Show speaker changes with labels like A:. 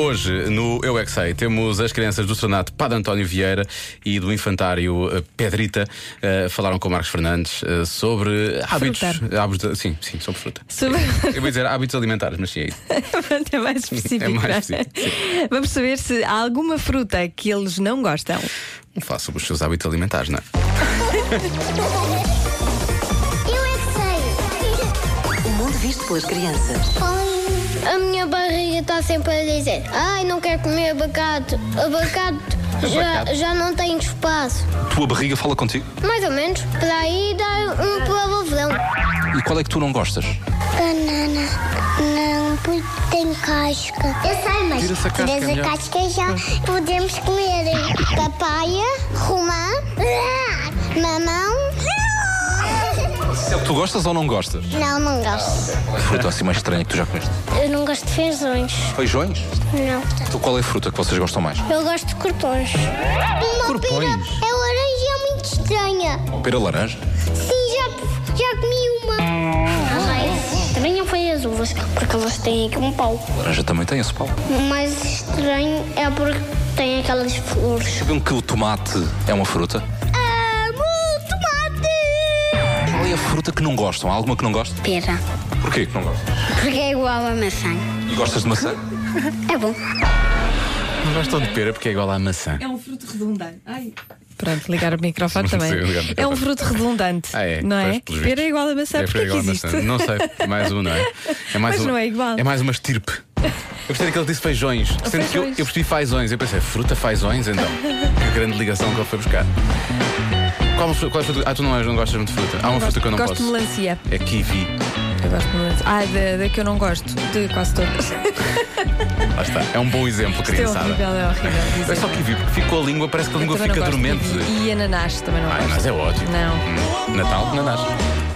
A: Hoje, no Eu é Que Sei, temos as crianças do Sonato Padre António Vieira e do Infantário eh, Pedrita. eh, falaram com o Marcos Fernandes eh, sobre hábitos. eh,
B: Fruta.
A: hábitos de- sim, sim, sobre fruta.
B: Sobre-
A: Eu vou dizer hábitos alimentares, mas sim, é isso.
B: Pronto, é mais específico.
A: É mais
B: não
A: específico,
B: Vamos saber se há alguma fruta que eles não gostam.
A: Não falo sobre os seus hábitos alimentares, não é?
C: Eu é que sei.
D: O mundo visto pelas crianças.
C: Ai, a minha barriga está sempre a dizer: Ai, não quero comer abacate. Abacate, já, já não tem espaço.
E: Tua barriga fala contigo.
C: Mais ou menos. Para aí dá um palavrão.
E: E qual é que tu não gostas?
C: Banana. Não, porque tem casca. Eu sei, mas
A: Tira essa casca,
C: tiras
A: melhor.
C: a casca já podemos comer. Papaya, romã, mamão.
E: Se é o que tu gostas ou não gostas?
C: Não, não gosto.
E: Qual é a fruta assim mais estranha que tu já comeste?
C: Eu não gosto de feijões.
E: Feijões?
C: Não.
E: Então qual é a fruta que vocês gostam mais?
C: Eu gosto de cortões. Uma pera
A: Cortões?
C: é laranja e é muito estranha.
E: Pera laranja?
C: Sim, já, já comi uma. Ah, é. Também não foi as uvas, porque elas têm aqui um pau.
E: Laranja também tem esse pau.
C: O mais estranho é porque tem aquelas flores.
E: Sabiam que o tomate é uma fruta?
C: Amo tomate!
E: Qual é a fruta que não gostam? Há alguma que não gostam?
C: Pera,
E: Porquê que não gostas?
C: porque é igual a maçã.
E: E gostas de maçã?
C: É bom.
A: Não gostam de pera porque é igual à maçã.
F: É um fruto redundante. Ai,
B: Pronto, ligar o microfone também.
A: Sim, ligar o
B: É um
A: microfone.
B: fruto redundante,
A: Ah, é?
B: não é?
A: Pois, pelos vistos.
B: Pera é igual a maçã, porque
A: pera
B: é que
A: igual à
B: existe?
A: maçã. Não sei, mais um, não é? É mais
B: Mas
A: um-
B: não é igual.
A: É mais uma estirpe. Eu percebi que ele disse feijões. Sendo que eu,
B: feijões.
A: eu percebi fazões. Eu pensei, fruta fazões, então. que grande ligação que ele foi buscar. Qual, fru- qual é a fruta? Ah, tu não, és- não gostas muito de fruta. Há uma fruta que eu não
B: gosto de
A: posso.
B: melancia.
A: É kiwi.
B: Eu gosto de melancia. Ah, da, da que eu não gosto, de quase todas.
A: Lá está. É um bom exemplo,
B: É
A: criançada.
B: horrível, é horrível. dizer.
A: É só um kiwi, porque ficou a língua, parece que a língua
B: Também não
A: fica
B: gosto de
A: dormente.
B: kiwi. E ananás também não
A: Ah,
B: gosto.
A: mas é ótimo.
B: Não.
A: Hum. Natal, não nasce.